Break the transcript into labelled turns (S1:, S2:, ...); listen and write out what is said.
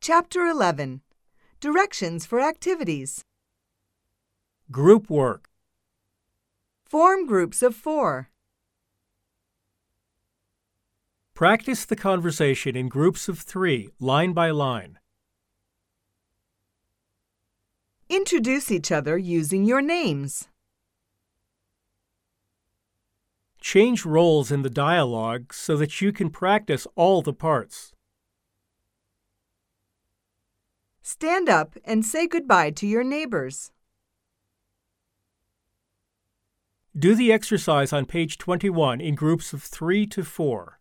S1: Chapter 11 Directions for Activities
S2: Group work.
S1: Form groups of four.
S2: Practice the conversation in groups of three, line by line.
S1: Introduce each other using your names.
S2: Change roles in the dialogue so that you can practice all the parts.
S1: Stand up and say goodbye to your neighbors.
S2: Do the exercise on page 21 in groups of three to four.